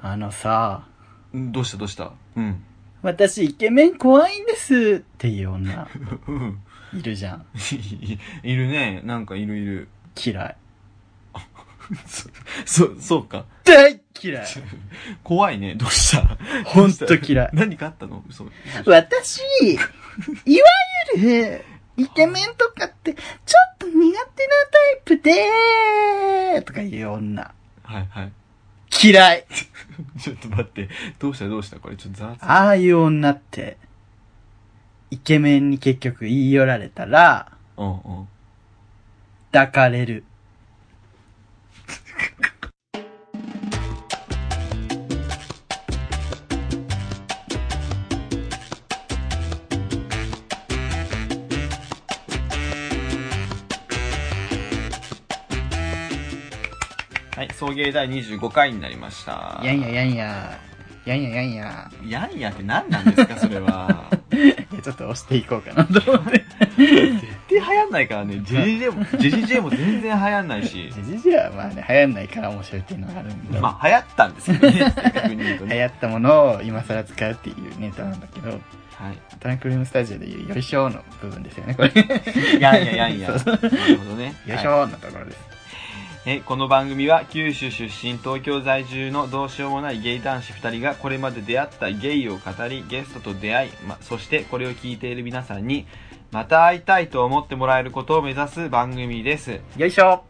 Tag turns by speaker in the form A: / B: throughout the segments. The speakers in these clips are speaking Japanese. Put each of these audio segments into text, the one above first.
A: あのさ、
B: うんどうしたどうした うん。
A: 私イケメン怖いんですっていう女
B: うん
A: いるじゃん。
B: いいるね。なんかいるいる。
A: 嫌い。
B: そ、そ、そうか。
A: 大嫌い。
B: 怖いね。どうした
A: ほんと嫌い
B: 何かあったの嘘。
A: 私、いわゆるイケメンとかってちょっと苦手なタイプでーとかいう女。
B: はいはい。
A: 嫌い。
B: ちょっと待って。どうしたどうしたこれちょっとざわつ
A: ああいう女って、イケメンに結局言い寄られたら、
B: うんうん。
A: 抱かれる。
B: はい、送迎第25回になりました。
A: やんややんや。やんややんや。
B: やんやって何なんですか、それは。
A: いやちょっと押していこうかなと思って。
B: 絶対流行んないからね。ジェジジェ も、ジェジジェも全然流行んないし。
A: じじじはまあね、流行んないから面白いっていうのがあるんで。
B: まあ、流行ったんです けどね。正確に言うと
A: 流
B: ね。
A: 行ったものを今更使うっていうネタなんだけど、
B: はい。
A: トランクルームスタジオでいうよいしょーの部分ですよね、これ。
B: やんややんや。
A: そう
B: なるほどね。
A: よい
B: は
A: し
B: い
A: ょーのところです。
B: えこの番組は九州出身東京在住のどうしようもないゲイ男子2人がこれまで出会ったゲイを語りゲストと出会い、ま、そしてこれを聞いている皆さんにまた会いたいと思ってもらえることを目指す番組です
A: よいしょ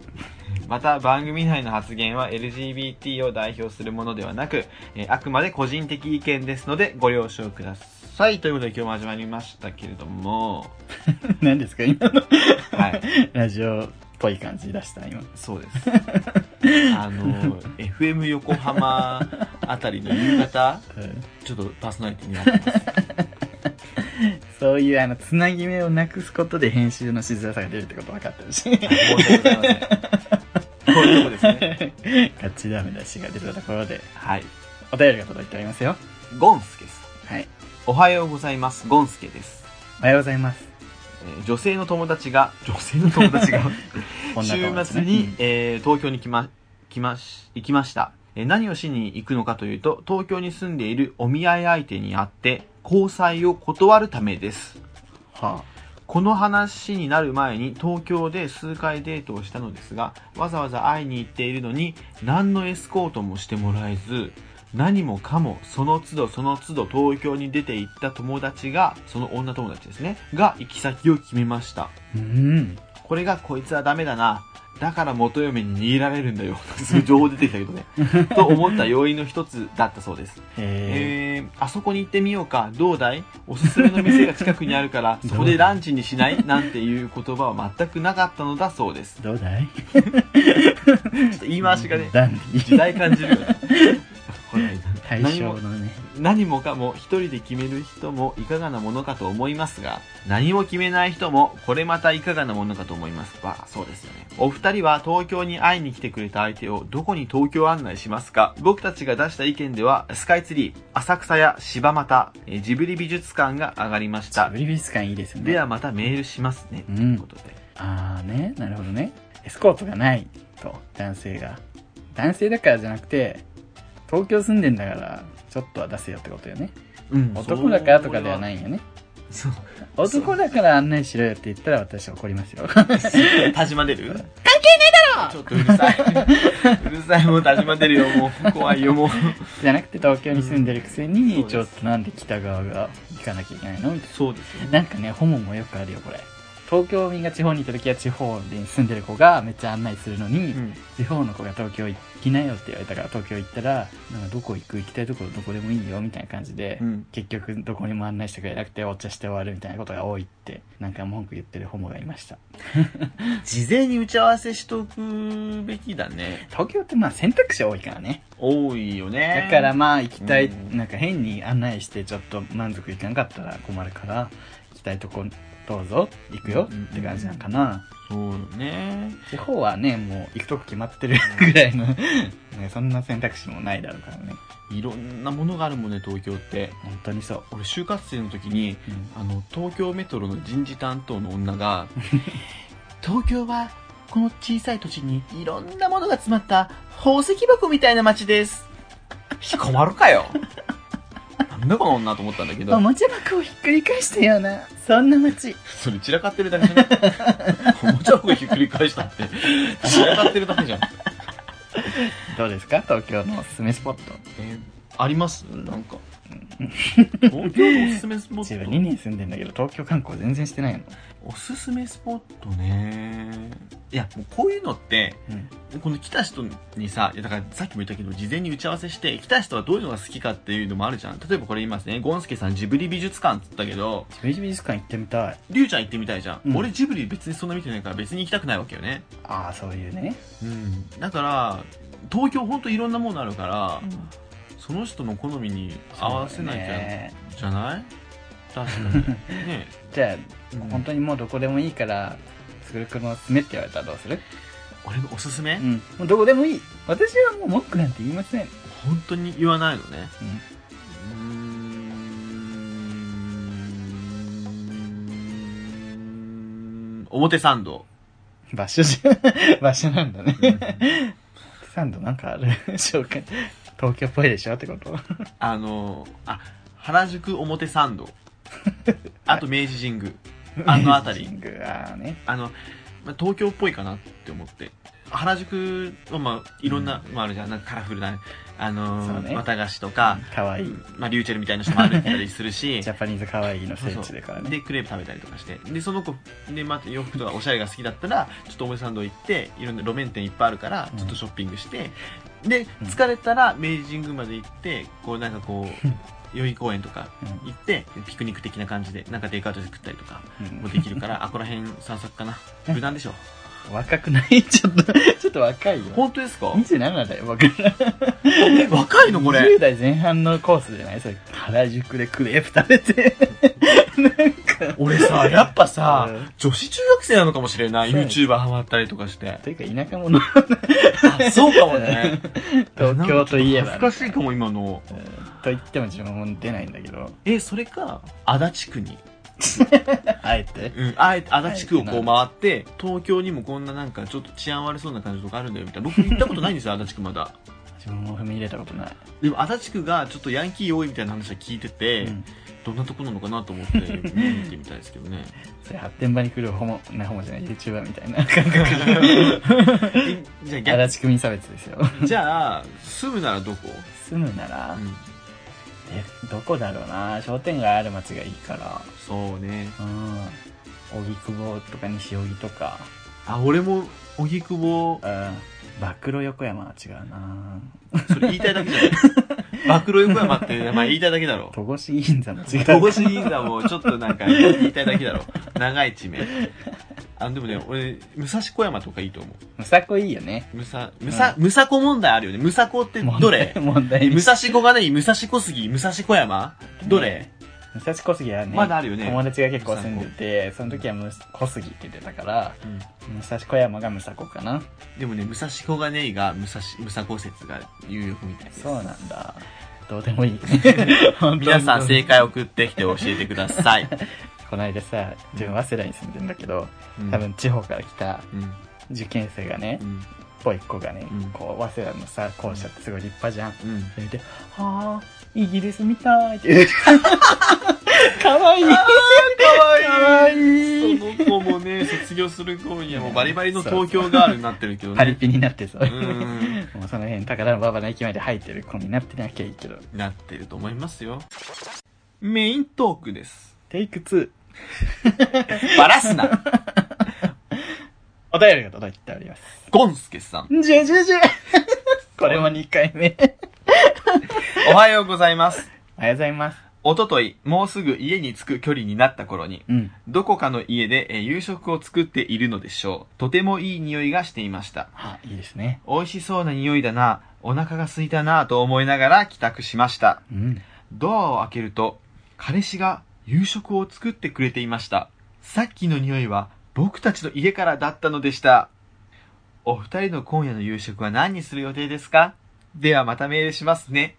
B: また番組内の発言は LGBT を代表するものではなく、えあくまで個人的意見ですのでご了承くださいということで今日も始まりましたけれども
A: ー 何ですか今の
B: はい
A: ラジオっぽい感じ出した、今。
B: そうです。あの、FM 横浜あたりの夕方、
A: うん
B: ちょっとパーソナリティになってます。
A: そういうあの、つなぎ目をなくすことで編集のしづらさが出るってこと分かってるし。
B: 申し訳ございません。こういうとこですね。
A: ガチダメ出しが出たところで、
B: はい。
A: お便りが届いておりますよ。
B: ゴンスケです。
A: はい。
B: おはようございます。ゴンスケです。
A: おはようございます。
B: えー女性の友達が、女性の友達が、
A: 友
B: 週
A: 達
B: 末
A: ね
B: に、えー東京に来ま、来まし、行きました。えー何をしに行くのかというと、東京に住んでいるお見合い相手に会って、交際を断るためです。
A: は
B: この話になる前に東京で数回デートをしたのですが、わざわざ会いに行っているのに、何のエスコートもしてもらえず、何もかも、その都度その都度東京に出て行った友達が、その女友達ですね、が行き先を決めました。
A: あ。うん。
B: これがこいつはダメだな。だから元嫁に逃げられるんだよ。 すごい情報出てきたけどね。と思った要因の一つだったそうです。
A: え
B: えー、あそこに行ってみようかどうだいおすすめの店が近くにあるから そこでランチにしないなんていう言葉は全くなかったのだそうです
A: ー、どうだい
B: ちょっと言い回しがね
A: ダンディ
B: 時代感じるよね これ
A: 対
B: 何
A: 象
B: も
A: のね。
B: 何もかも一人で決める人もいかがなものかと思いますが何も決めない人もこれまたいかがなものかと思いますわあそうですよねお二人は東京に会いに来てくれた相手をどこに東京案内しますか僕たちが出した意見ではスカイツリー浅草や柴又えージブリ美術館が上がりました
A: ブリ美術館いいですよね。
B: ではまたメールしますね、
A: う
B: というんこ。とで
A: ああね、なるほどね。エスコートがないと、男性が。男性だからじゃなくて、東京住んでんだから、ちょっとは出せよってことよね。
B: うん
A: 男だからとかではないいんよね。
B: そう
A: 男だから案内しろよって言ったら私怒ります よ。
B: 田島出る関係ねえだろちょっとうるさいうるさいもう田島出るよもう怖いよもう
A: じゃなくて東京に住んでるくせに、
B: うん
A: ちょっとなんで北側が行かなきゃいけないのみたい
B: そうですよね
A: な。なんかね、ホモもよくあるよ、これ。東京民が地方にいた時は地方に住んでる子がめっちゃ案内するのに、
B: うん
A: 地方の子が東京行きなよって言われたから東京行ったら、なんかどこ行く行きたいところどこでもいいよみたいな感じで、
B: うん
A: 結局どこにも案内してくれなくてお茶して終わるみたいなことが多いって、なんか文句言ってるホモがいました。
B: 事前に打ち合わせしとくべきだね。
A: 東京ってまあ選択肢多いからね。
B: 多いよね。
A: だからまあ行きたい、
B: うん
A: なんか変に案内してちょっと満足いかなかったら困るから、行きたいとこどうぞ、行くよ
B: うん
A: って感じなんかな。
B: そうよね。
A: 地方はね、もう行くとこ決まってるぐらい の、ね、そんな選択肢もないだろうからね。
B: いろんなものがあるもんね、東京って。
A: 本当にそう。
B: 俺、就活生の時に、
A: うん
B: あの、東京メトロの人事担当の女が、 東京は、この 小さい土地にいろんなものが詰まった宝石箱みたいな街です。引こまるかよ。なんだこの女と思ったんだけど
A: お、もちゃ箱をひっくり返したような、そんな街。
B: それ散らかってるだけじゃないおもちゃ箱ひっくり返したって、散らかってるだけじゃん。
A: どうですか東京のおすすめスポット。
B: えーありますなんか。東京のおすすめスポ
A: 自分
B: ッ
A: 2年住んでんだけど、東京観光全然してないの。
B: ト。おすすめスポットね。いや、もうこういうのって、
A: うん。
B: この来た人にさ、いやだからさっきも言ったけど、事前に打ち合わせして、来た人はどういうのが好きかっていうのもあるじゃん。例えばこれ今ね、ゴンスケさんジブリ美術館って言ったけど、
A: ジブリ美術館行ってみたい。
B: リュウちゃん行ってみたいじゃん。
A: うん
B: 俺ジブリ別にそんな見てないから別に行きたくないわけよね。
A: ああ、そういうね。
B: うん。だから、東京ほんといろんなものあるから、その人の好みに合わせなきゃ、
A: そうだね
B: じゃない 確かに。ね
A: じゃあ、
B: うん
A: 本当にもうどこでもいいから、すぐるくんのおすすめって言われたらどうする
B: 俺のおすすめ、
A: うん。もうどこでもいい。私はもう文句なんて言いません。
B: 本当に言わないのね。
A: うん。
B: うーん表参 道。
A: 場所じゃ、 場所なんだね。サンドなんかある 紹介。東京っぽいでしょってこと
B: あの、あ、原宿表 参道。あと明治神宮。あの辺り
A: 明治神宮あーね。
B: あの、まあ東京っぽいかなって思って。原宿はまあ、いろんな、まああるじゃん。なんかカラフルな、あ
A: そう
B: の、
A: ね
B: 綿菓子とか、
A: かわいい。
B: まあ、リューチェルみたいな人も歩いてたりするし
A: ジ、ャパニーズかわいいの聖
B: そう
A: 地
B: そう
A: でからね。
B: で、クレープ食べたりとかして。で、その子、で、また洋服とかおしゃれが好きだったら、ちょっと表参道行って、いろんな路面店いっぱいあるから
A: う、ん
B: ちょっとショッピングして、で、
A: うん
B: 疲れたら明治神宮まで行って、こうなんか こう、代々木公園とか
A: うん
B: 行って、ピクニック的な感じで、なんかテイクアウトで食ったりとか
A: うん
B: もできる から、あ、この辺散策かな。無難でしょ。
A: 若くない ちょっと、ちょっと若いよ。
B: 本当ですか
A: 27だよ、僕ら。
B: え若い のこれ
A: 10。代前半のコースじゃないそれ、原宿でクレープ食べて。
B: 俺さ、やっぱさ、
A: うん
B: 女子中学生なのかもしれない。
A: そう
B: YouTuber ハマったりとかして。
A: というか、田舎者。
B: あ、そうか もね。
A: 東京といえば
B: 恥ずかしいかも、今の。
A: うんと言っても自分も出ないんだけど、
B: え、それか、足立区に。
A: あえて。
B: うん、あえて足立区をこう回って、東京にもこんななんかちょっと治安悪そうな感じとかあるんだよ、みたいな。僕行ったことないんです よ、足立区まだ。
A: 自分も踏み入れたことない。
B: でも足立区がちょっとヤンキー多いみたいな話は聞いてて、
A: うん
B: どんなとこなのかなと思って見てみたいですけ どね。
A: それ発展場に来るホモ、なホモじゃない、YouTuber みた いな感覚。
B: えじゃあ
A: 足
B: 逆
A: 立区民差別ですよ。
B: じゃあ、住むならどこ、
A: 住むなら、
B: うん、
A: え、どこだろうな商店街ある街がいいから。
B: そうね。
A: うん。荻窪とか西荻とか。
B: あ、俺も、荻窪
A: う、ん。暴露横山は違うな
B: それ言いたいだけじ ゃない。暴露横山って名前言いたいだけだろ。
A: 戸越銀座も違う。
B: 戸越銀座もちょっとなんか言いたいだけだろ。長い地名。あ、でもね、俺、武蔵小山とかいいと思
A: むさこいいよね。
B: う。武蔵、武蔵、武蔵小問題あるよね。武蔵小ってどれ
A: 問題
B: え
A: に
B: 武蔵小金井、武蔵小杉、武蔵小山どれ
A: 武蔵小杉はね、
B: まだあるよね
A: 友達が結構住んでて、その時はむ小杉って言ってたから、
B: うん
A: 武蔵小山がむさこかな。
B: でもね、武蔵小金井が武蔵、武蔵小説が有力みたいです。
A: そうなんだ。どうでもいい。本当に
B: 皆さん正解送ってきて教えてくださ い。
A: この間さ、自分早稲田に住んでんだけど、
B: うん
A: 多分地方から来た
B: うん。
A: 受験生がね
B: う、ん。
A: ぽい子がね、
B: うん
A: こう、早稲田のさ、校舎ってすごい立派じゃん。
B: うん。
A: それで、あー、イギリスみたいって 言う。かわいい。
B: かわいい
A: かわいい。
B: その子もね、卒業する子にはもうバリバリの東京ガールになってるけど
A: パリ
B: ね。
A: ピになってそう。
B: うん
A: もうその辺、宝の馬場の駅まで入ってる子になってなきゃいいけど。
B: なってると思いますよ。メイントークです。
A: テイク2。
B: バラすな
A: お便りが届いております。
B: ゴンスケさん。
A: じゅじゅじゅ これも2回目。
B: おはようございます。
A: おはようございます。
B: おととい、もうすぐ家に着く距離になった頃に、
A: うん。
B: どこかの家でえー夕食を作っているのでしょう。とてもいい匂いがしていました。
A: あ、いいですね。
B: 美味しそうな匂いだな、お腹が空いたなと思いながら帰宅しました。
A: うん。
B: ドアを開けると、彼氏が夕食を作ってくれていました。さっきの匂いは僕たちの家からだったのでした。お二人の今夜の夕食は何にする予定ですかではまたメールしますね。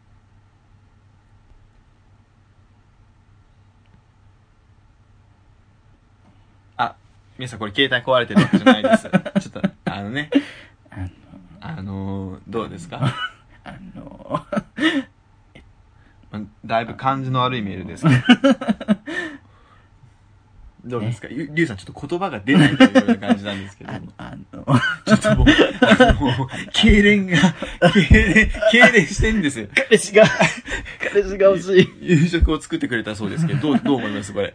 B: あ、皆さんこれ携帯壊れてるわけじゃないです。ちょっと、あのね、
A: あの、
B: あのー、どうですか
A: あの、
B: だいぶ感じの悪いメールですけ ど。どうですかゆりゅうさん、ちょっと言葉が出ないというような感じなんですけど
A: あの
B: も。、
A: あの、
B: ちょっともう、 あのもう、痙攣が、痙攣、痙攣してんですよ。
A: 彼氏が、 彼氏が欲しい。
B: 夕食を作ってくれたそうですけど、どう、どう思います これ。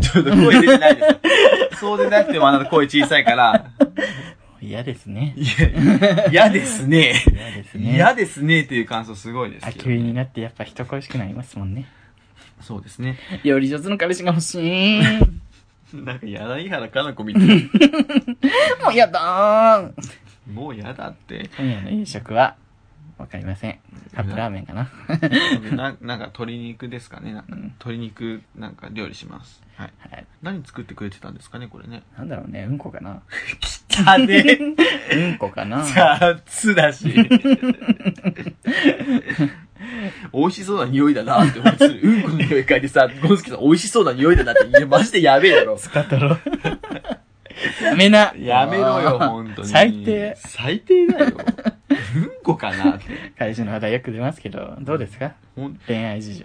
B: ちょっと声出てないです。そうでなくてもあなた声小さいから、
A: 嫌ですね。
B: いや、嫌ですね。
A: 嫌ですね。
B: 嫌ですねっていう感想すごいです
A: あ、
B: けどね、
A: 急になってやっぱ人恋しくなりますもんね。
B: そうですね。
A: より上手の彼氏が欲しい。
B: なんか柳原かな子みたい
A: もうやだー。
B: な。もう嫌だ って。
A: 今夜の夕食は、わかりません。カップラーメンかな。
B: ななんか鶏肉ですかね。なんか鶏肉なんか料理します。はい。
A: はい。
B: 何作ってくれてたんですかね、これね。
A: なんだろうね、うんこかな。
B: きたね。
A: うんこか な。
B: 雑だし。 美味しそうな匂いだなって思ってる。うんこの匂い嗅いでさ、ゴンスケさん美味しそうな匂いだなって。いや、マジでやべえだろ。
A: 使ったろ。 やめな。
B: やめろよ、本当に。
A: 最低。
B: 最低だよ。うんこかなって。
A: 彼氏の話題よく出ますけど、どうですか
B: ほん
A: 恋愛事情。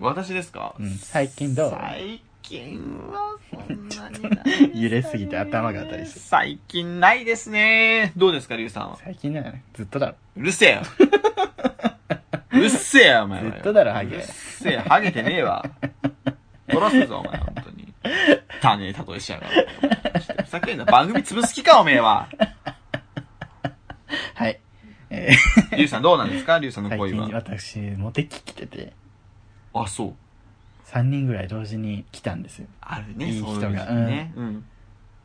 B: 私ですか、
A: うん最近どう
B: 最近はそんなにな
A: 揺れすぎて頭が当たりそう
B: 最近ないですね。どうですか、リュウさんは。
A: 最近だよね。ずっとだろ。
B: うる せえよ。うるせえよ、お前はよ。
A: ずっとだろハゲ
B: うるせえ、ハゲてねえわ。殺すぞ、お前、本当に。たねえ例えしやがって。ちょっとふざけんな、番組潰す気か、おめえは。
A: はい。えー
B: リュウさんどうなんですかリュウさんの
A: 最
B: 恋
A: 近
B: は。
A: 私、モテ期来てて、
B: あ、そう。
A: 3人ぐらい同時に来たんですよ。
B: あるね、
A: いい人が
B: そういうのね。うん。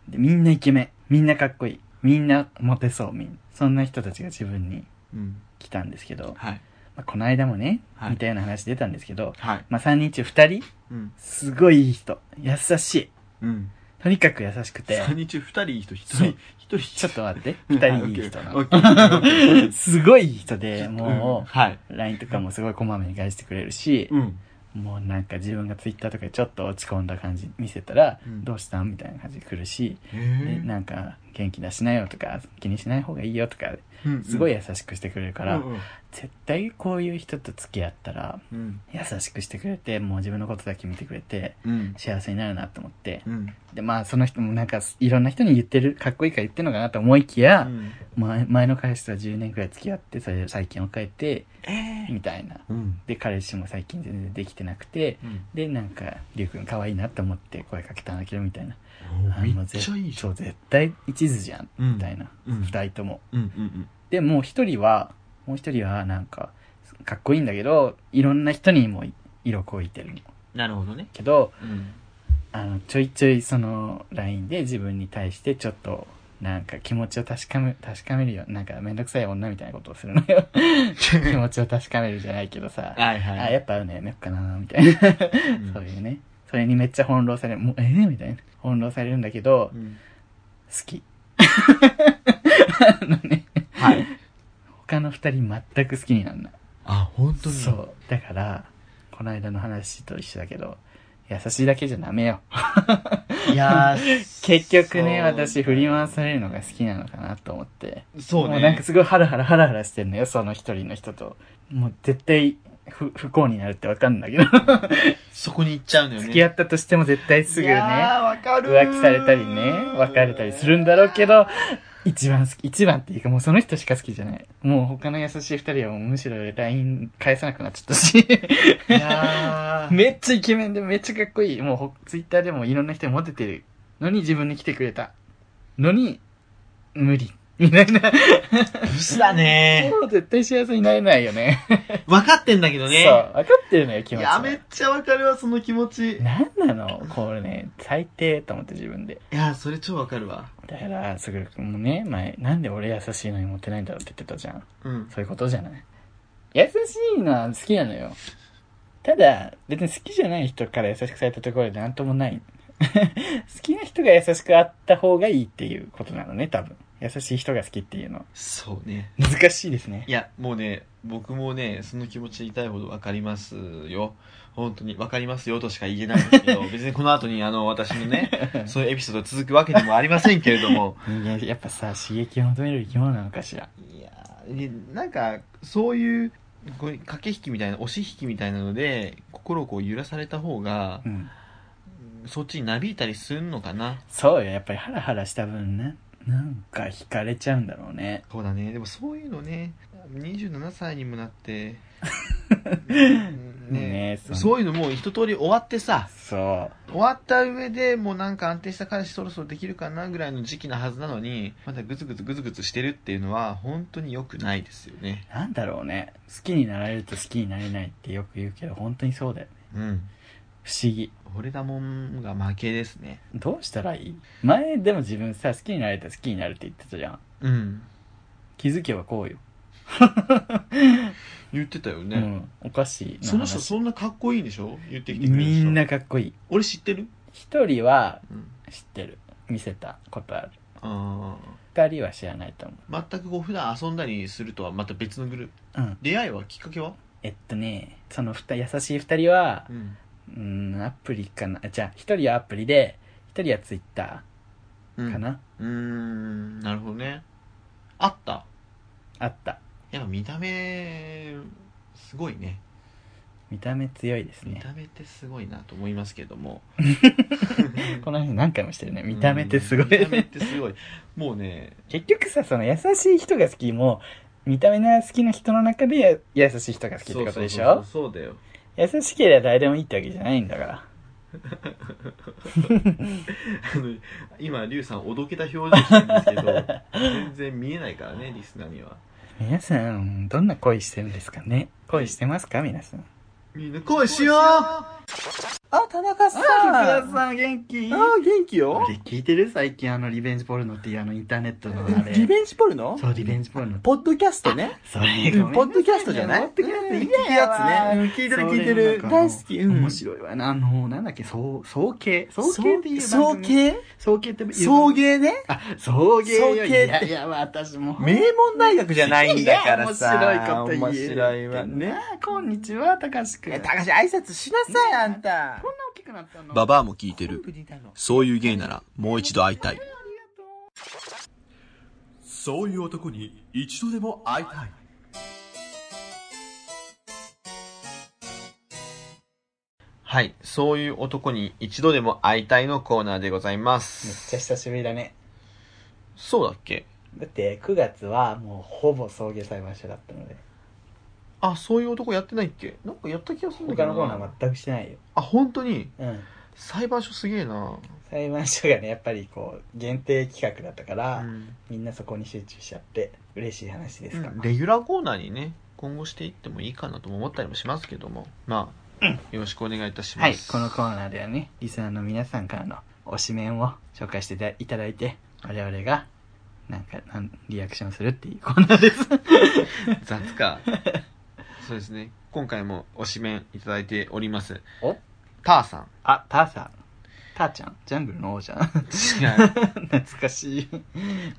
A: で、みんなイケメン。みんなかっこいい。みんなモテそう、みんな。そんな人たちが自分に
B: うん。
A: 来たんですけど、
B: はい。
A: まあ、この間もね、
B: はい
A: 似たような話出たんですけど、
B: はい。
A: まあ、3人中2人、
B: うん。
A: すごいいい人。優しい。
B: うん。
A: とにかく優しくて、
B: 3人中2人いい人、1人
A: そう、
B: 1人
A: ちょっと待って、
B: うん
A: 2人いい人な
B: はいオッケーオッケーオッケーオッケ
A: の。 すごいいい人で、
B: ーん
A: も
B: はい。
A: う、LINE とかもすごいこまめに返してくれるし、
B: うん。
A: もうなんか自分が Twitter とかでちょっと落ち込んだ感じ見せたら、
B: うん
A: どうしたんみたいな感じで来るし、
B: へ
A: で
B: え
A: なんか元気出しなよとか、気にしない方がいいよとか、すごい優しくしてくれるから、
B: うんうん
A: 絶対こういう人と付き合ったら、
B: うん。
A: 優しくしてくれて、もう自分のことだけ見てくれて、
B: うん。
A: 幸せになるなと思って、
B: うん。
A: で、まあ、その人もなんか、いろんな人に言ってる、かっこいいから言ってるのかなと思いきや、
B: うん
A: 前前の彼氏とは10年くらい付き合って、それで最近を変えて、
B: ええ。
A: みたいな。
B: うん。
A: で、彼氏も最近全然できてなくて、
B: うん
A: で、なんか、りゅうくん可愛いなと思って声かけたんだけど、みたいな。あ
B: め
A: もう
B: っ
A: ぜ
B: ちゃいいじゃ
A: そう、絶対一途じゃん、
B: うん
A: みたいな。
B: うん
A: 二人とも。
B: ん。うんうん
A: で、もう一人は、もう一人は、なんか、かっこいいんだけど、いろんな人にも色こいてるの
B: うん。なるほどね。
A: けど、
B: うん。
A: あの、ちょいちょいその LINE で自分に対してちょっと、なんか気持ちを確かめ、確かめるよ。なんかめんどくさい女みたいなことをするの よ。気持ちを確かめるじゃないけどさ。
B: はいはい。
A: あ、やっぱ会うのやめよっかな、みたいな。
B: うん
A: そういうね。それにめっちゃ翻弄される。もう、えー、みたいな。翻弄されるんだけど、好
B: うん
A: き。
B: はい。
A: 他の二人全く好きになんない。
B: あ、本当に。
A: そう。だから、この間の話と一緒だけど、優しいだけじゃダメよ。
B: いや ー
A: 結局ね、
B: そう
A: 私振り回されるのが好きなのかなと思って。
B: そう
A: も
B: ね。
A: うなんかすごいハラハラハラハラしてんのよ、その一人の人と。もう絶対不不幸になるってわかんだけど、
B: そこに行っちゃうのよね。
A: 付き合ったとしても絶対すぐ
B: い
A: ね、
B: やーわかる。
A: 浮気されたりね、別れたりするんだろうけど、一番好き、一番っていうかもうその人しか好きじゃない。もう他の優しい二人はもうむしろ LINE 返さなくなっちゃった し、
B: い やー
A: めっちゃイケメンでめっちゃかっこいい。もう Twitter でもいろんな人にモテてるのに自分に来てくれた。のに、無理。みたい な。
B: ブスだね
A: もう絶対幸せになれないよね。
B: 分かってんだけどね。
A: そう、分かってるのよ、気
B: い
A: 持ち
B: や、
A: は。
B: めっちゃわかるわ、その気持ち。い
A: なんなのこれね、最低と思って自分で。
B: や、それ超わかるわ。
A: だから、すぐるくんもね、前、なんで俺優しいのにモテないんだろうって言ってたじゃん。
B: うん。
A: そういうことじゃない優しいのは好きなのよ。ただ、別に好きじゃない人から優しくされたところでなんともない。 好きな人が優しくあった方がいいっていうことなのね、多分。優しい人が好きっていうのは。
B: そうね。
A: 難しいですね
B: い。や、もうね、僕もね、その気持ち痛いほどわかりますよ。本当に、わかりますよとしか言えないんです けど、別にこの後に、あの、私のね、そういうエピソードが続くわけでもありませんけれども、
A: 人間、やっぱさ、刺激を求める生き物なのかしら。
B: いやーねなんか、そういうこれ駆け引きみたいな押し引きみたいなので心をこう揺らされた方が
A: うん。
B: そっちになびいたりするのかな
A: そうよ、やっぱりハラハラした分ね。なんか惹かれちゃうんだろうね。
B: そうだねでもそういうのね27歳にもなって うん
A: ね
B: ね
A: その
B: そういうのもう一通り終わってさ
A: そう。
B: 終わった上でもうなんか安定した彼氏そろそろできるかなぐらいの時期なはずなのにまだグツグツグツグツしてるっていうのは本当に良くないですよね
A: なんだろうね。好きになられると好きになれないってよく言うけど、本当にそうだよね。
B: うん
A: 不思議。
B: 俺だもんが負けですね
A: どうしたらいい前、でも自分さ、好きになれたら好きになるって言ってたじゃん。
B: うん
A: 気づけばこうよ。
B: 言ってたよね、
A: うん。おかしいな話。
B: その人そんなかっこいいんでしょ言ってきてくれる
A: み
B: 人
A: んなかっこいい。
B: 俺知ってる、
A: 一人は
B: うん、
A: 知ってる。見せたことある。
B: あ
A: 二人は知らないと思
B: ー全くこう普段遊んだりするとはまた別のグループ
A: う。うん。
B: 出会いはきっかけは、
A: えっとね、その二優しい二人は
B: う、ん
A: うん、アプリかな。あじゃあ、一人はアプリで、一人はツイッタ
B: うん、
A: ーかな。
B: うーんなるほどねあった
A: あった。
B: やっぱ見た目すごいね
A: 見た目強いです
B: 見
A: ね。
B: た目ってすごいなと思いますけども
A: この辺何回もしてるね。見た目ってすごい。
B: うん見た目ってすごいもうね
A: 結局さ、その優しい人が好きも、見た目の好きな人の中でや優しい人が好きってことでしょ
B: そうそうそうそうだよ
A: 優しければ誰でもいいってわけじゃないんだから。
B: あの今リュウさんおどけた表情してる んですけど全然見えないからねリスナーには
A: 皆さん、どんな恋してるんですかね恋してますか皆さん。
B: みんな恋しよう
A: あ、田中さん
B: 福田さん元気元気よ
A: 俺聞いてる最近あのリベンジポルノっていうあのインターネットのあれ。
C: リベンジポルノ
A: そう、リベンジポルノ。
C: ポッドキャストね。
A: それ
C: うんポッドキャストじゃない
A: ポッドキャストいい
C: 聞くやつ
A: 聞
C: ねいてる聞いてる大好きうん
A: 面白いわな。あの、なんだっけ、そう、総計。総計っていう番
C: 送
A: 組。
C: 迎
A: 総計っていう番組
C: 送迎ね。
A: あ、送迎よ
C: 送迎って
A: いやいや、私も。
C: 名門大学じゃないんだからさ。
A: いや面白いこと言え
C: 面白いわね。
A: ねこんにちは、高橋くん。
C: え、高橋挨拶しなさい、あんた
A: こ。んな大きくなったの
B: ババアも聞いてる
C: 全部似たの
B: そういう芸ならもう一度会いたいそういう男に一度でも会いたいはいそういう男に一度でも会いたいのコーナーでございま
A: めっ
B: す
A: ちゃ久しぶりだね。
B: そうだっけ
A: だって、9月はもうほぼ送迎裁判所だったので。
B: あそういう男やってないっけなんかやった気がするんだけ
A: 他
B: ど
A: の
B: な
A: コーナー全くしてないよ。
B: あ本当に
A: うん。
B: 裁判所すげえな
A: 裁判所がね、やっぱりこう、限定企画だったから、
B: うん
A: みんなそこに集中しちゃって、嬉しい話ですか。
B: レギュラーコーナーにね今後していってもいいかなとも思ったりもしますけどもまあ、よろしくお願いいたします
A: はい、このコーナーではね、リスナーの皆さんからの推しメンを紹介していただいて、我々が、なんか、なんリアクションするっていうコーナーです。
B: 雑かそうですね今回も推しメンいただいております
A: お
B: ターさん
A: あ、ターさん。ターちゃんジャングルの王じゃん。
B: 違う
A: 懐かしい。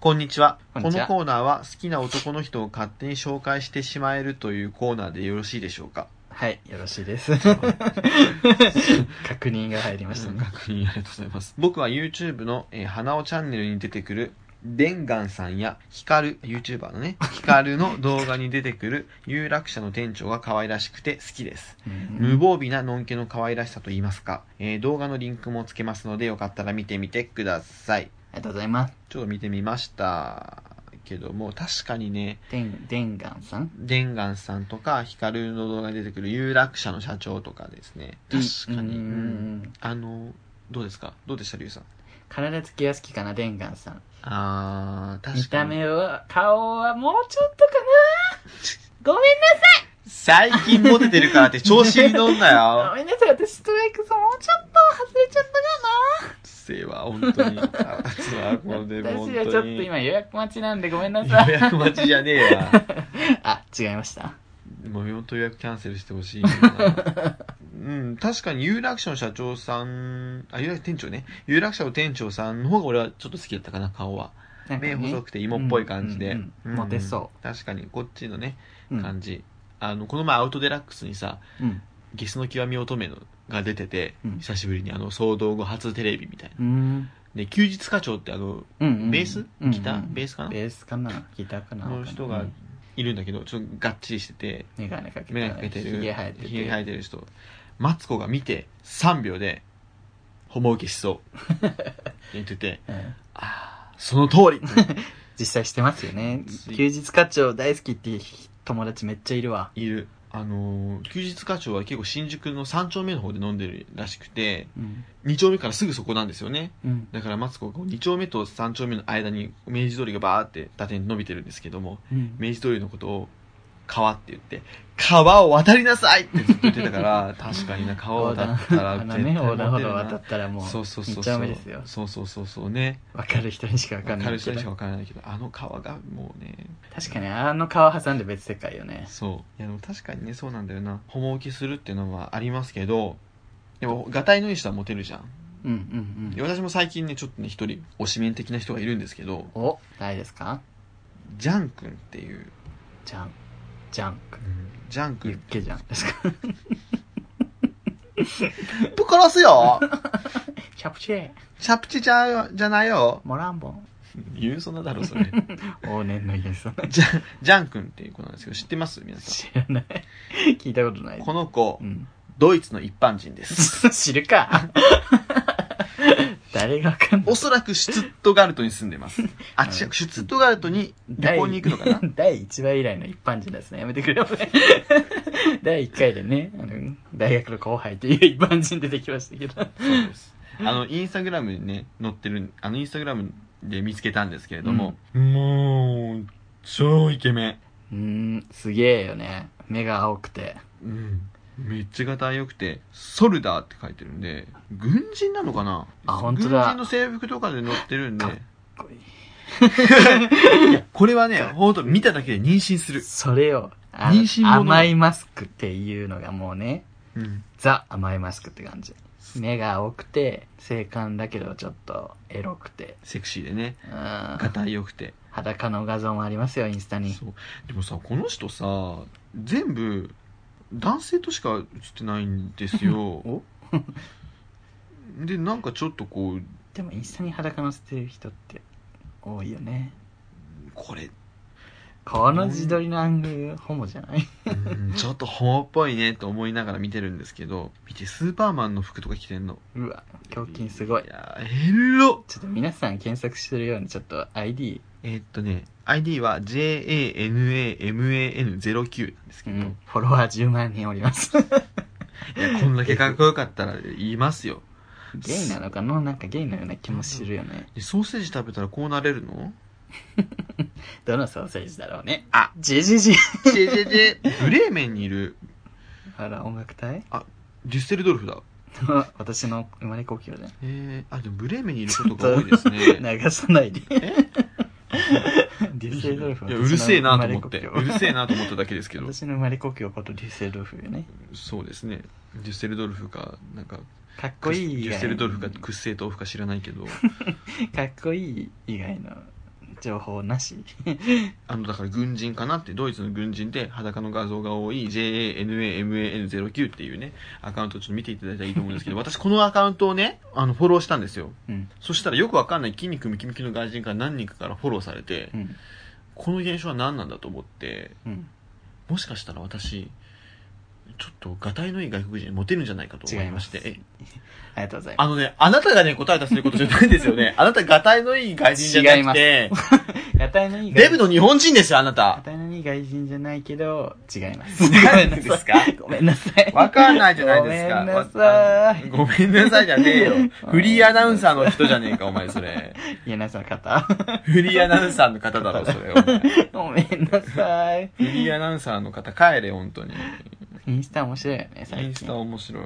B: こんにちは
A: こ
B: こ
A: んにちは
B: のコーナーは好きな男の人を勝手に紹介してしまえるというコーナーでよろしいでしょうか
A: はい、よろしい です。確認が入りました
B: うん
A: ね。
B: 確認ありがとうございます僕は YouTube の、えー、花尾チャンネルに出てくるデンガンさんやヒカル YouTuber のねヒカルの動画に出てくる有楽者の店長が可愛らしくて好きです無防備なのんけの可愛らしさと言いますか、えー動画のリンクもつけますのでよかったら見てみてください
A: ありがとうございます。
B: ちょっと見てみましたけども確かにね
A: デン、デンガンさん
B: デンガンさんとかヒカルの動画に出てくる有楽者の社長とかですね確か
A: うんうんう
B: に、うん
A: ん
B: あのどうですかどうでしたリュウさん
A: 体つきは好きかな、デンガンさん。
B: あー、確かに。
A: 見た目は、顔はもうちょっとかなごめんな
B: 最近モテてるからって調子に乗んな
A: ご め
B: よ。
A: んなさい、私ストライクゾーンもうちょっと外れちゃったか
B: うっせえわ、本当に。あいつはこれで
A: な
B: 本
A: 私
B: 当
A: は
B: に。
A: ちょっと今予約待ちなんでごめんな
B: 予
A: さい。
B: 約待ちじゃねえわ。
A: あ、違いました。
B: もう本当予約キャンセルしてほし いなうん、確かに有楽者の社長さん、あ、有楽店長ね。有楽者の店長さんの方が俺はちょっと好きだったかな、顔は。
A: なんか
B: 目
A: ね
B: 細くて芋っぽい感じで。
A: うんうんうんモテそ
B: うん。確かに、こっちのね、
A: う。うん
B: 感じ。あの、この前アウトデラックスにさ、
A: うん。
B: ゲスの極み乙女のが出てて、
A: うん
B: 久しぶりにあの騒動後初テレビみたいな。
A: うん。
B: で、休日課長ってあの、
A: うんうん
B: ベースギターベースかな
A: ベースかなギターかな
B: の人がいるんだけどちょっとがっちりしてて
A: メガネかけて
B: 目がかけてる
A: ひげ生えてて
B: ひげ生えてる人マツコが見て3秒で「ホモ受けしそう」 って言ってて
A: うん
B: 「ああその通り!」
A: 実際してますよね休日課長大好きっていう友達めっちゃいるわ
B: いるあのー休日課長は結構新宿の3丁目の方で飲んでるらしくて
A: うん
B: 2丁目からすぐそこなんですよね
A: うん
B: だからマツコが2丁目と3丁目の間に明治通りがバーって縦に伸びてるんですけども
A: うん
B: 明治通りのことを川って言って川を渡りなさいってずっと言ってたから確かにな川を渡ったら
A: あ
B: 絶
A: の
B: 対
A: ね横
B: モテ
A: 断歩道
B: る
A: 渡
B: な
A: ったらもう
B: そうそうそう
A: 二
B: そ
A: 丁目
B: う
A: ですよ
B: そうそうそうそうね
A: 分かる人にしか分かんな
B: 彼
A: い
B: 氏
A: け
B: にし
A: ど
B: か分からないけどあの川がもうね
A: 確かにあの川挟んで別世界よね
B: そういやでも確かにねそうなんだよなホモ受けするっていうのはありますけどでもがたいのいい人はモテるじゃん
A: うんうんうん
B: 私も最近ねちょっとね一人推しメン的な人がいるんですけど
A: お誰ですか
B: ジャン君っていう、
A: ジャンジャンク
B: ジャン
A: ユッ
B: 君
A: ケジャンですか
B: ぶっ殺すよ
A: チャプチェ
B: チャプチじゃじゃないよ
A: モランボン
B: 言うそなだろ それ
A: 往年のイエス
B: ジャンジャン君っていう子なんですけど知ってます皆さ
A: 知らない聞いたことない
B: んこの子
A: うん
B: ドイツの一般人です
A: 知るか 誰がわかんない
B: おそらくシュツットガルトに住んで ますあ違うシュツットガルトに旅行に行くのかな
A: 第1話以来の一般人ですね。やめてくれよ、 ね、第1回でね、あの、大学の後輩っていう一般人出てきましたけど。
B: そうです。あの、インスタグラムにね、載ってる、あの、インスタグラムで見つけたんですけれども、もう、超イケメ
A: うーん、すげえよね。目が青くて。
B: ン。うん。めっちゃがたいよくて、ソルダーって書いてるんで、軍人なのかな
A: あ本当だ
B: 軍人の制服とかで載ってるんで、
A: かっこい
B: いや、これはね、ほんと見ただけで妊娠す
A: い
B: る。
A: それよ。あの
B: 妊娠者
A: 甘いマスクっていうのがもうね、
B: うん。
A: ザ甘いマスクって感じ。目が青くて、性感だけどちょっとエロくて。
B: セクシーでね、
A: うん。
B: がたいよくて。
A: 裸の画像もありますよ、インスタに。
B: そう。でもさ、この人さ、全部、男性としか写ってないんですよ。
A: お
B: でなんかちょっとこう
A: でもインスタに裸のしてる人って多いよね。
B: これ
A: この自撮りのアングル、ホモじゃない
B: うんちょっとホモっぽいねと思いながら見てるんですけど見てスーパーマンの服とか着てんの
A: うわ、胸筋すごい
B: い。やーエロ
A: ちょっと皆さん検索してるように、ちょっと ID、
B: えーっとね ID は JANAMAN09 なんです
A: う
B: けど、
A: ん、フォロワー10万人おり ます。
B: いやこんだけかっこよかったら言いますよ
A: ゲイなのかのなんかゲイのような気もするよね。
B: えソーセージ食べたらこうなれるの
A: どのソーセージだろうね。
B: あ
A: ジジジ。
B: ジェジェジェブレーメンにいる
A: あら、音楽 隊
B: デュッセルドルフだ
A: 私の生まれ故郷じゃん。
B: えー、あでもブレーメンにいることが多いです ね
A: 流さないで。
B: え
A: デュッセルドルフ
B: いやうるせえなと思って
A: 私の
B: う
A: 生まれ故郷
B: るせえなと思っただけですけど
A: 私の生まれ故郷ことデュッセルドルフよね。
B: そうですねデュッセルドルフかなんか
A: かっこいい以
B: デュッ
A: 外
B: セルドルフか屈性豆腐か知らないけど
A: かっこいい以外の情報な し。
B: あのだから軍人かなってドイツの軍人で裸の画像が多い JANAMAN09 っていうねアカウントをちょっと見ていただいたらいいと思うんです けど私このアカウントをねあのフォローしたんですよ
A: うん。
B: そしたらよくわかんない筋肉ムキムキの外人から何人かからフォローされて
A: うん。
B: この現象は何なんだと思って
A: うん。
B: もしかしたら私ちょっとがたいのいい外国人にモテるんじゃないかと思いまして
A: 違い
B: え
A: ありがとうございま
B: あのね、あなたがね、答え出すことじゃないんですよね。あなた、がたいのいい外人じゃなくて、
A: す。屋台のいい
B: デブ
A: 外
B: の日本人ですよ、あな
A: 屋
B: た。
A: 台のいい外人じゃないけど、違い ます。ごめ
B: 何
A: んな
B: です
A: さ
B: か
A: い。 ごめんなさい。
B: わかんないじゃないですか。
A: ごめんなさい。
B: ごめんなさいじゃねえよ。フリーアナウンサーの人じゃねえか、お前それ。
A: 家なさの方。
B: フリーアナウンサーの方だろ、それ。お前フ
A: ごめんなさい。
B: リーアナウンサーの方、帰れ、本当に。
A: インスタ面白いよね、
B: イ
A: 最
B: ンスタ
A: 近。
B: 面白い。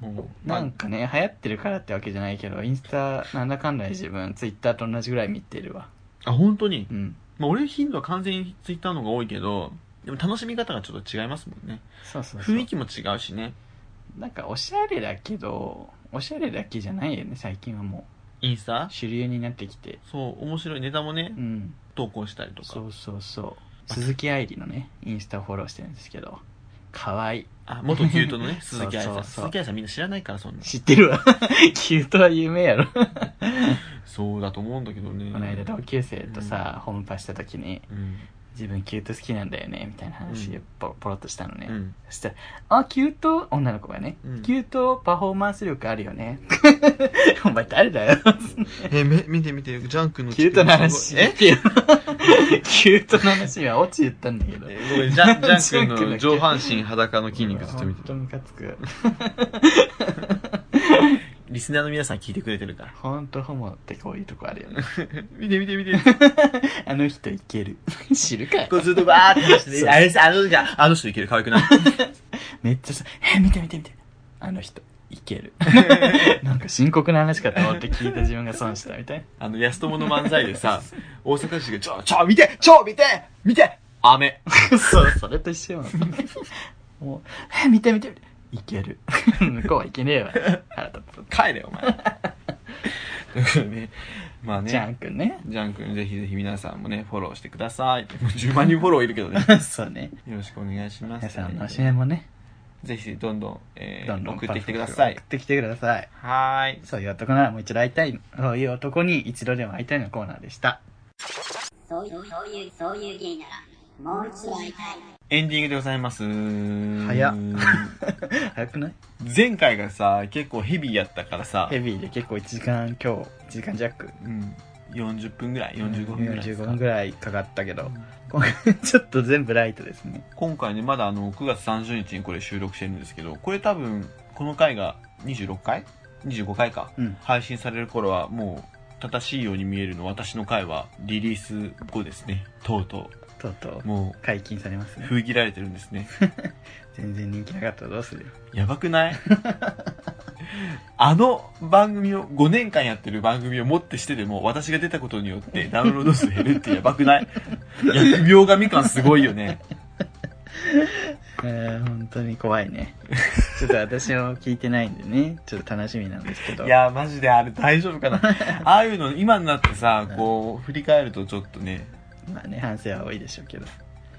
B: もう、
A: なん
B: ま
A: かね、流行ってるからってわけじゃないけど、インスタなんだかんだで自分、ツイッターと同じぐらい見てるわ。
B: あ、本当に
A: う。ん。
B: まあ、俺頻度は完全にツイッターの方が多いけど、でも楽しみ方がちょっと違いますもんね。
A: そうそうそう。
B: 雰囲気も違うしね。
A: なんかおしゃれだけど、おしゃれだけじゃないよね、最近はも
B: インスタ
A: う。主流になってきて。
B: そう、面白いネタもね
A: う、ん。
B: 投稿したりとか
A: そ。うそうそう。鈴木愛理のね、インスタをフォローしてるんですけど、かわいい。
B: あ、元キュートのね、鈴木愛
A: そ
B: さ。
A: うんそうそう
B: 鈴木愛さんみんな知らないから、そんな。
A: 知ってるわ。 キュートは有名やろ。こ
B: そうだと思うんだけどね。
A: の間同級生とさ、ホームパした時に、
B: うん。
A: 自分キュート好きなんだよね、みたいな話を
B: うん
A: ポロポロっとしたのね。
B: うん
A: そしたら、あ、キュート、女の子がね、
B: うん
A: キュートパフォーマンス力あるよね。 お前誰だよ。
B: え、め、見て見て、ジャンクの
A: キュートな話。
B: え
A: キュートな話はオチ言ったんだけど。
B: ごめん、ジャン ジャン
A: ジャンク
B: 君
A: だ
B: の
A: っけ
B: 上半身裸の筋肉ずっと見て
A: 本
B: る。
A: 当ムカつく。
B: リスナーの皆さん聞いてくれてるから。
A: 本当ホモってこういうとこあるよね。
B: 見て見て見て。
A: あの人いける。知るかい
B: こうずっとバーって話して
A: そう
B: ね、あれさ、あの人が、あの人いける、可愛くない
A: めっちゃさ、え、見て見て見て。あの人、いけ る。なんか深刻な話かと思って聞いた自分が損したみたいな。
B: あの、安友の漫才でさ、大阪市が、ちょ、ちょ、見てちょ、見て見て雨。
A: そう、それと一緒よ。 もう、え、見て見て見て。いける。 向こうはいけねえわ。腹立つ。
B: 帰れ、お前。ということで ね、まあね。
A: ジャン君ね。
B: ジャン君、ぜひぜひ皆さんもね、フォローしてください。もう10万人フォローいるけどね。
A: そうね。
B: よろしくお願いしま
A: 皆
B: す。
A: さんの支援もね、
B: ぜひ、どんどん、えー
A: どんどん
B: 送ってきてください
A: 送っ。てきてください。
B: はーい。
A: そういう男ならもう一度会いたい。そういう男に一度でも会いたいのコーナーでした。
D: そういう、そういう、そういう芸なら、もう一度会いたい。
B: エンディングでございます。
A: 早っ 早くない
B: 前回がさ、結構ヘビーやったからさ、
A: ヘビーで結構1時間今日、1時間弱。
B: うん、40分ぐらい、45分ぐらいです
A: 45
B: か。
A: 分ぐらいかかったけど、今回ちょっと全部ライトですね。
B: 今回ね、まだあの、9月30日にこれ収録してるんですけど、これ多分、この回が26回 ?25 回か。
A: うん。
B: 配信される頃はもう正しいように見えるの私の回はリリース後ですねとうと
A: とうと
B: うも
A: う解禁されます
B: う
A: ね。
B: 封切られてるんですね
A: 全然人気なかったらどうする
B: やばくないあの番組を5年間やってる番組をもってしてでも私が出たことによってダウンロード数減るってやばくない疫病神感すごいよね
A: えー、本当に怖い ね。ちょっと私も聞いてないんでね、ちょっと楽しみなんですけど。
B: いやマジであれ大丈夫かなああいうの今になってさこう振り返るとちょっとね
A: まあね、反省は多いでしょうけど。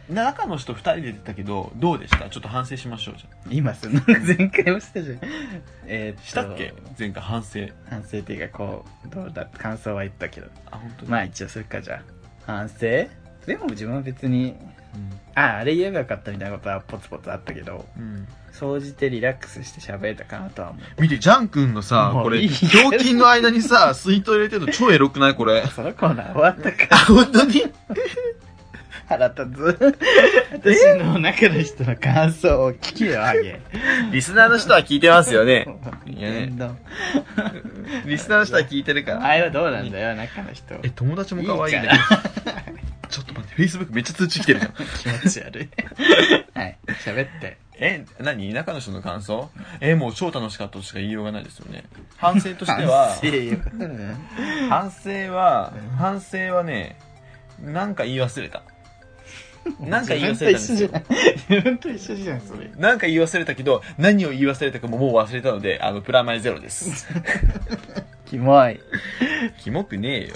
B: 中の人2人で出たけどどうでしたちょっと反省しましょうじゃあ
A: 今すんの前回もしたじゃん。 えーと
B: したっけ前回反省
A: 反省っていうか、こう、どうだ、感想は言ったけど。
B: あ本当に
A: まあ一応するか、じゃあ。反省でも自分は別に、
B: うん
A: あ、あれ言えばよかったみたいなことはポツポツあったけど、
B: うん
A: 総じてリラックスして喋れたかなとは思う。
B: 見て、ジャン君のさ
A: もう、
B: こ
A: い
B: れ、
A: い
B: 胸筋の間にさ、水筒入れてるの超エロくないこれ。
A: そのコーナー終わったか。
B: あ、本当に
A: 腹立つ。私の中の人の感想を聞きよ、あげ。
B: リスナーの人は聞いてますよね。いやね
A: 言動
B: リスナーの人は聞いてるか
A: お
B: ら。
A: 前はどうなんだよ、中の人。
B: え、友達も可愛い
A: い
B: ね
A: いか。
B: ちょっと待って、Facebook めっちゃ通知来てるじゃん。
A: 気持ち 悪い。はい、喋って。
B: え、何田舎の人の感想え、もう超楽しかったとしか言いようがないですよね。反省としては、
A: は、
B: 反省は、反省はね、なんか言い忘れた。なんか言い忘れたんですよ。
A: 自分と一緒じゃん、それ。
B: なんか言い忘れたけど、何を言い忘れたかももう忘れたので、あの、プラマイゼロ です。
A: キモい。
B: キモくねえよ。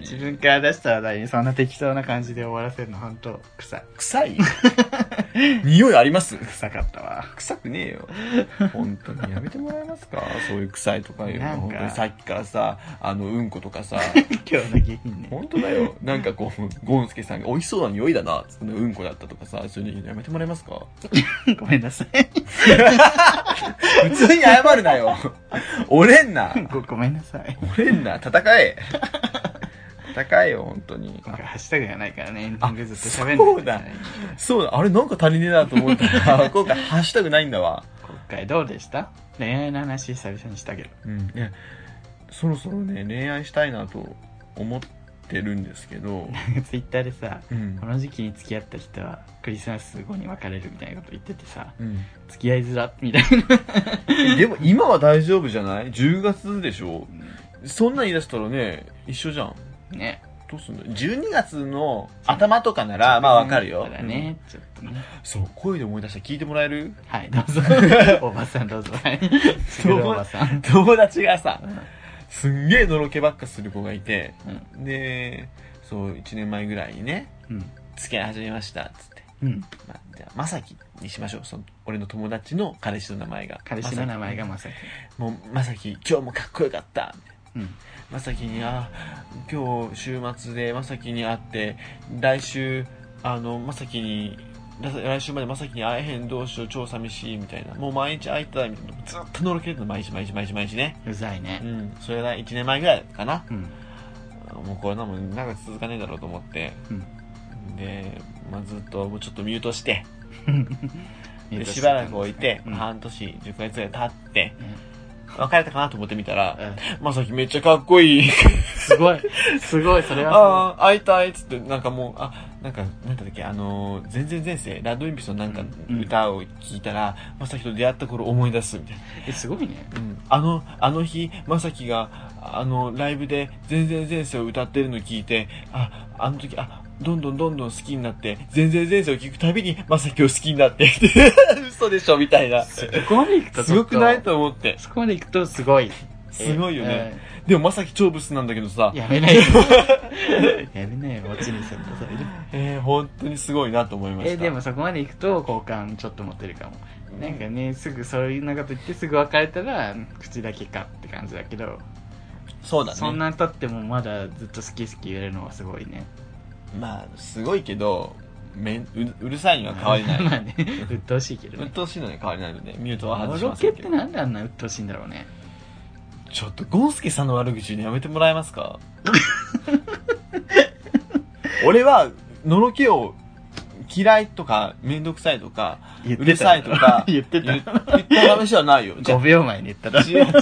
A: 自分から出した話題にそんな適当な感じで終わらせるの、本当臭い。
B: 臭い匂いあります
A: 臭かったわ。
B: 臭くねえよ。本当にやめてもらえますかそういう臭いとかいう
A: なんか
B: の。本当にさっきからさ、あの、うんこと かさ、
A: 今日の下品ね。
B: 本当だよ。なんかこう、ゴンスケさんが美味しそうな匂いだな、つってうんこだったとかさ、そういうのやめてもらえますか
A: ごめんなさい。
B: 普通に謝るなよ。折れんな。
A: ご ごめんなさい。
B: 折れんな。戦 え。戦えよ、本当に。
A: 今回ハッシュタグがないからね、エンディングずっと喋んない
B: そうだ。そうだ、あれなんか足りねえなと思った ら、今回ハッシュタグないんだわ。
A: 今回どうでした恋愛の話久々にしたけど。
B: うん。いや、そろそろね、恋愛したいなと思ってるんですけ ど、
A: ツイッターでさ、
B: うん
A: こ。の時期に付き合った人はクリスマス後に別れるみたいなこと言っててさ、
B: うん、
A: 付き合いづらみたいな。
B: でも今は大丈夫じゃない ?10 月でしょそんなん言い出したらね、一緒じゃん。
A: ね。
B: どうすんの ?12 月の頭とかなら、まあわかるよ
A: だ。からね、ちょっとね。
B: うんそう、声で思い出した聞いてもらえる
A: はい、どう ぞ。おばさんどうぞ。はい。
B: どうも
A: おばさん。
B: 友達がさ
A: うん、
B: すんげえのろけばっかする子がいて、
A: う
B: で、そう、1年前ぐらいにね、
A: うん。
B: 付き合い始めました、つって。
A: うん。
B: まあ、じゃあ、まさきにしましょう。その、俺の友達の彼氏の名前が。
A: 彼氏の名前がまさき。
B: まさき。もう、まさき、今日もかっこよかった。
A: うん
B: まさきにあ今日週末でまさきに会って来週あのまさきにら来週までまさきに会えへんどうしよう超寂しいみたいなもう毎日会いたいみたいなずっとのろけるの毎日毎日毎日毎日ね
A: うざいうね。
B: んそれが1年前ぐらいかな
A: うん。
B: もうこれなもん長く続かねえだろうと思って、で、まあ、ずっともうちょっとミュートしてでしばらく置いて、
A: うん
B: 半年10ヶ月ぐらい経って
A: うん
B: 別れたかなと思ってみたら、
A: うん
B: まさきめっちゃかっこいい。
A: すごい。すごい、それは
B: ああ、会いたいっつって、なんかもう、あ、なんか、なんだったっけ、あのー、全然前世、ラッドインピスのなんか
A: うん
B: 歌を聴いたら、まさきと出会った頃思い出すみたいな。
A: すごい。え、すごいね。
B: うん。あの、あの日、まさきが、あの、ライブで全然前世を歌ってるの聞いて、あ、あの時、あ、どんどんどんどん好きになって、全然前世を聞くたびに、まさきを好きになって、 嘘でしょみたいな。
A: そ
B: す
A: こまで行くと、
B: ごくない
A: ちょっ
B: と思って
A: と。そこまで行くと、すごい。
B: すごいよね。
A: え。
B: でもまさき超ブスなんだけどさ
A: うん、やめないよ。 やめないよ、落ちにするとそれで。
B: えー、本当にすごいなと思いました。
A: え、でもそこまで行くと、好感ちょっと持てるかも。なんかね、すぐそういうなこと言ってすぐ別れたら、口だけかって感じだけど、
B: そうだね。
A: そんなに経ってもまだずっと好き好き言えるのはすごいね。
B: まあ、すごいけど、めんううるさいには変わり な
A: まあ
B: い。
A: ね、鬱陶しいけど
B: 鬱
A: ね。
B: 陶しいのには変わりないので、ミュートは
A: モ
B: 外し
A: ロ
B: ま
A: ケ
B: せ
A: っ
B: んけ
A: て
B: ど。
A: なんであんな鬱陶しいんだろうね。
B: ちょっと、ゴンスケさんの悪口言うのやめてもらえま すか俺は、のろけを嫌いとか、めんどくさいとか、
A: 言ってた、
B: うるさいとか
A: 言ってた
B: 言言った話はないよ。じゃ
A: 5秒前に言ったら。
B: 違う違う違う。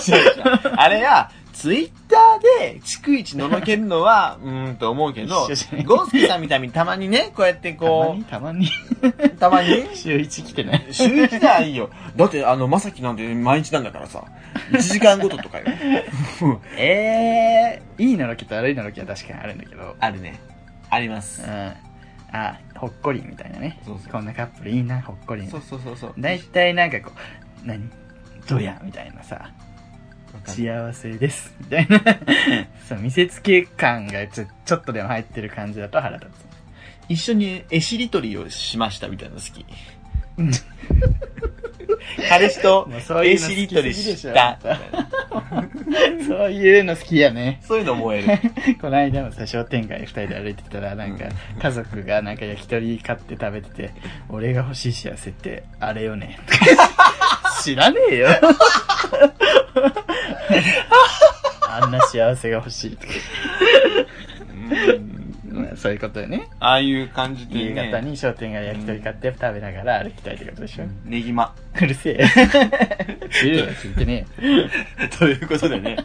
B: あれは、ツイッターで、逐一ののけるのは、うーんと思うけど
A: 一緒じゃない、
B: ゴンスケさんみたいにたまにね、こうやって
A: たま
B: こ
A: にたまに
B: う、たまに、
A: 週1来てない。
B: 週1ではいいよ。だって、あの、まさきなんて毎日なんだからさ、1時間ごととかよ。
A: えー、いいのろけと悪いのろけは確かにあるんだけど。
B: あるね。ありま
A: う
B: す
A: ん。。あ、ほっこりみたいなね。
B: そうそう
A: こんなカップルいいな、ほっこり。
B: そうそうそうそう。
A: 大体なんかこう、何どやみたいなさ、
B: い
A: 幸せです。みたいな。 そう、見せつけ感がちょちょっとでも入ってる感じだと腹立つ。
B: 一緒に絵しりとりをしましたみたいなの好き。彼 氏と
A: もうそういう
B: 絵
A: の好きす
B: しり
A: ぎ
B: と
A: で
B: り
A: しょ
B: した。
A: そういうの好きやね。
B: そういうの燃える。
A: この間もさ商店街2人で歩いてたらなんか家族がなんか焼き鳥買って食べてて「俺が欲しい幸せってあれよ ね」知らねえ よあんな幸せが欲しいとか、
B: うん
A: まあ、そういうことよね
B: ああいう感じで、ね。
A: 夕方に商店街焼き鳥買って食べながら歩きたいってことでしょ、う
B: ねぎま。
A: る せえ自由は聞いてねえ
B: ということでね、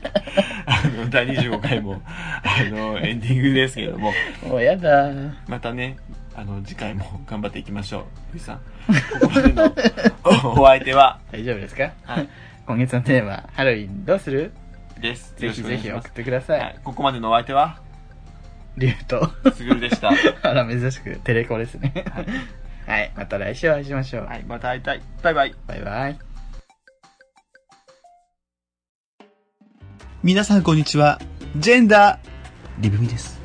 B: あの、第25回も、あの、エンディングですけれども、
A: よもうやだ
B: またね、あの、次回も 頑張っていきましょう。藤井さん、ここまでの おお相手は、
A: 大丈夫ですか、
B: はい
A: 今月のテーマハロウィンどうする
B: です。
A: ぜひぜひ
B: よろし
A: 送
B: く
A: ってくだ
B: お
A: さ、
B: 願いしますはいい、ここまでのお相手は、
A: リュウと
B: すぐるでした。 は
A: あら、珍しくテレコですね。はい、また来週お会いしましょう。
B: い、また会いたい。バイバイ。
A: バイバイ。
B: 皆さんこんにちは。ジェンダー、リブミです。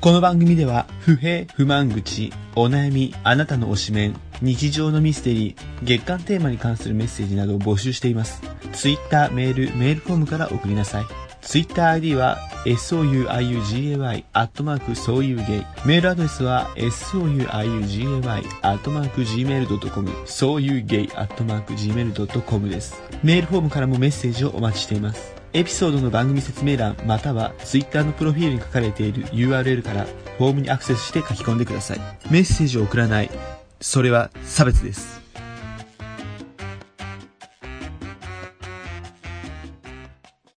B: この番組では、不平、不満口、お悩み、あなたの推しメン、日常のミステリー、月間テーマに関するメッセージなどを募集しています。ツイッター、メール、メールフォームから送りなさい。ツイッター ID は、souiugay、アットマーク、そういうゲイ。メールアドレスは、souiugay、アットマーク、gmail.com、そういうゲイ、アットマーク、gmail.com です。メールフォームからもメッセージをお待ちしています。エピソードの番組説明欄、または、ツイッターのプロフィールに書かれている URL から、フォームにアクセスして書き込んでください。メッセージを送らない。それは差別です。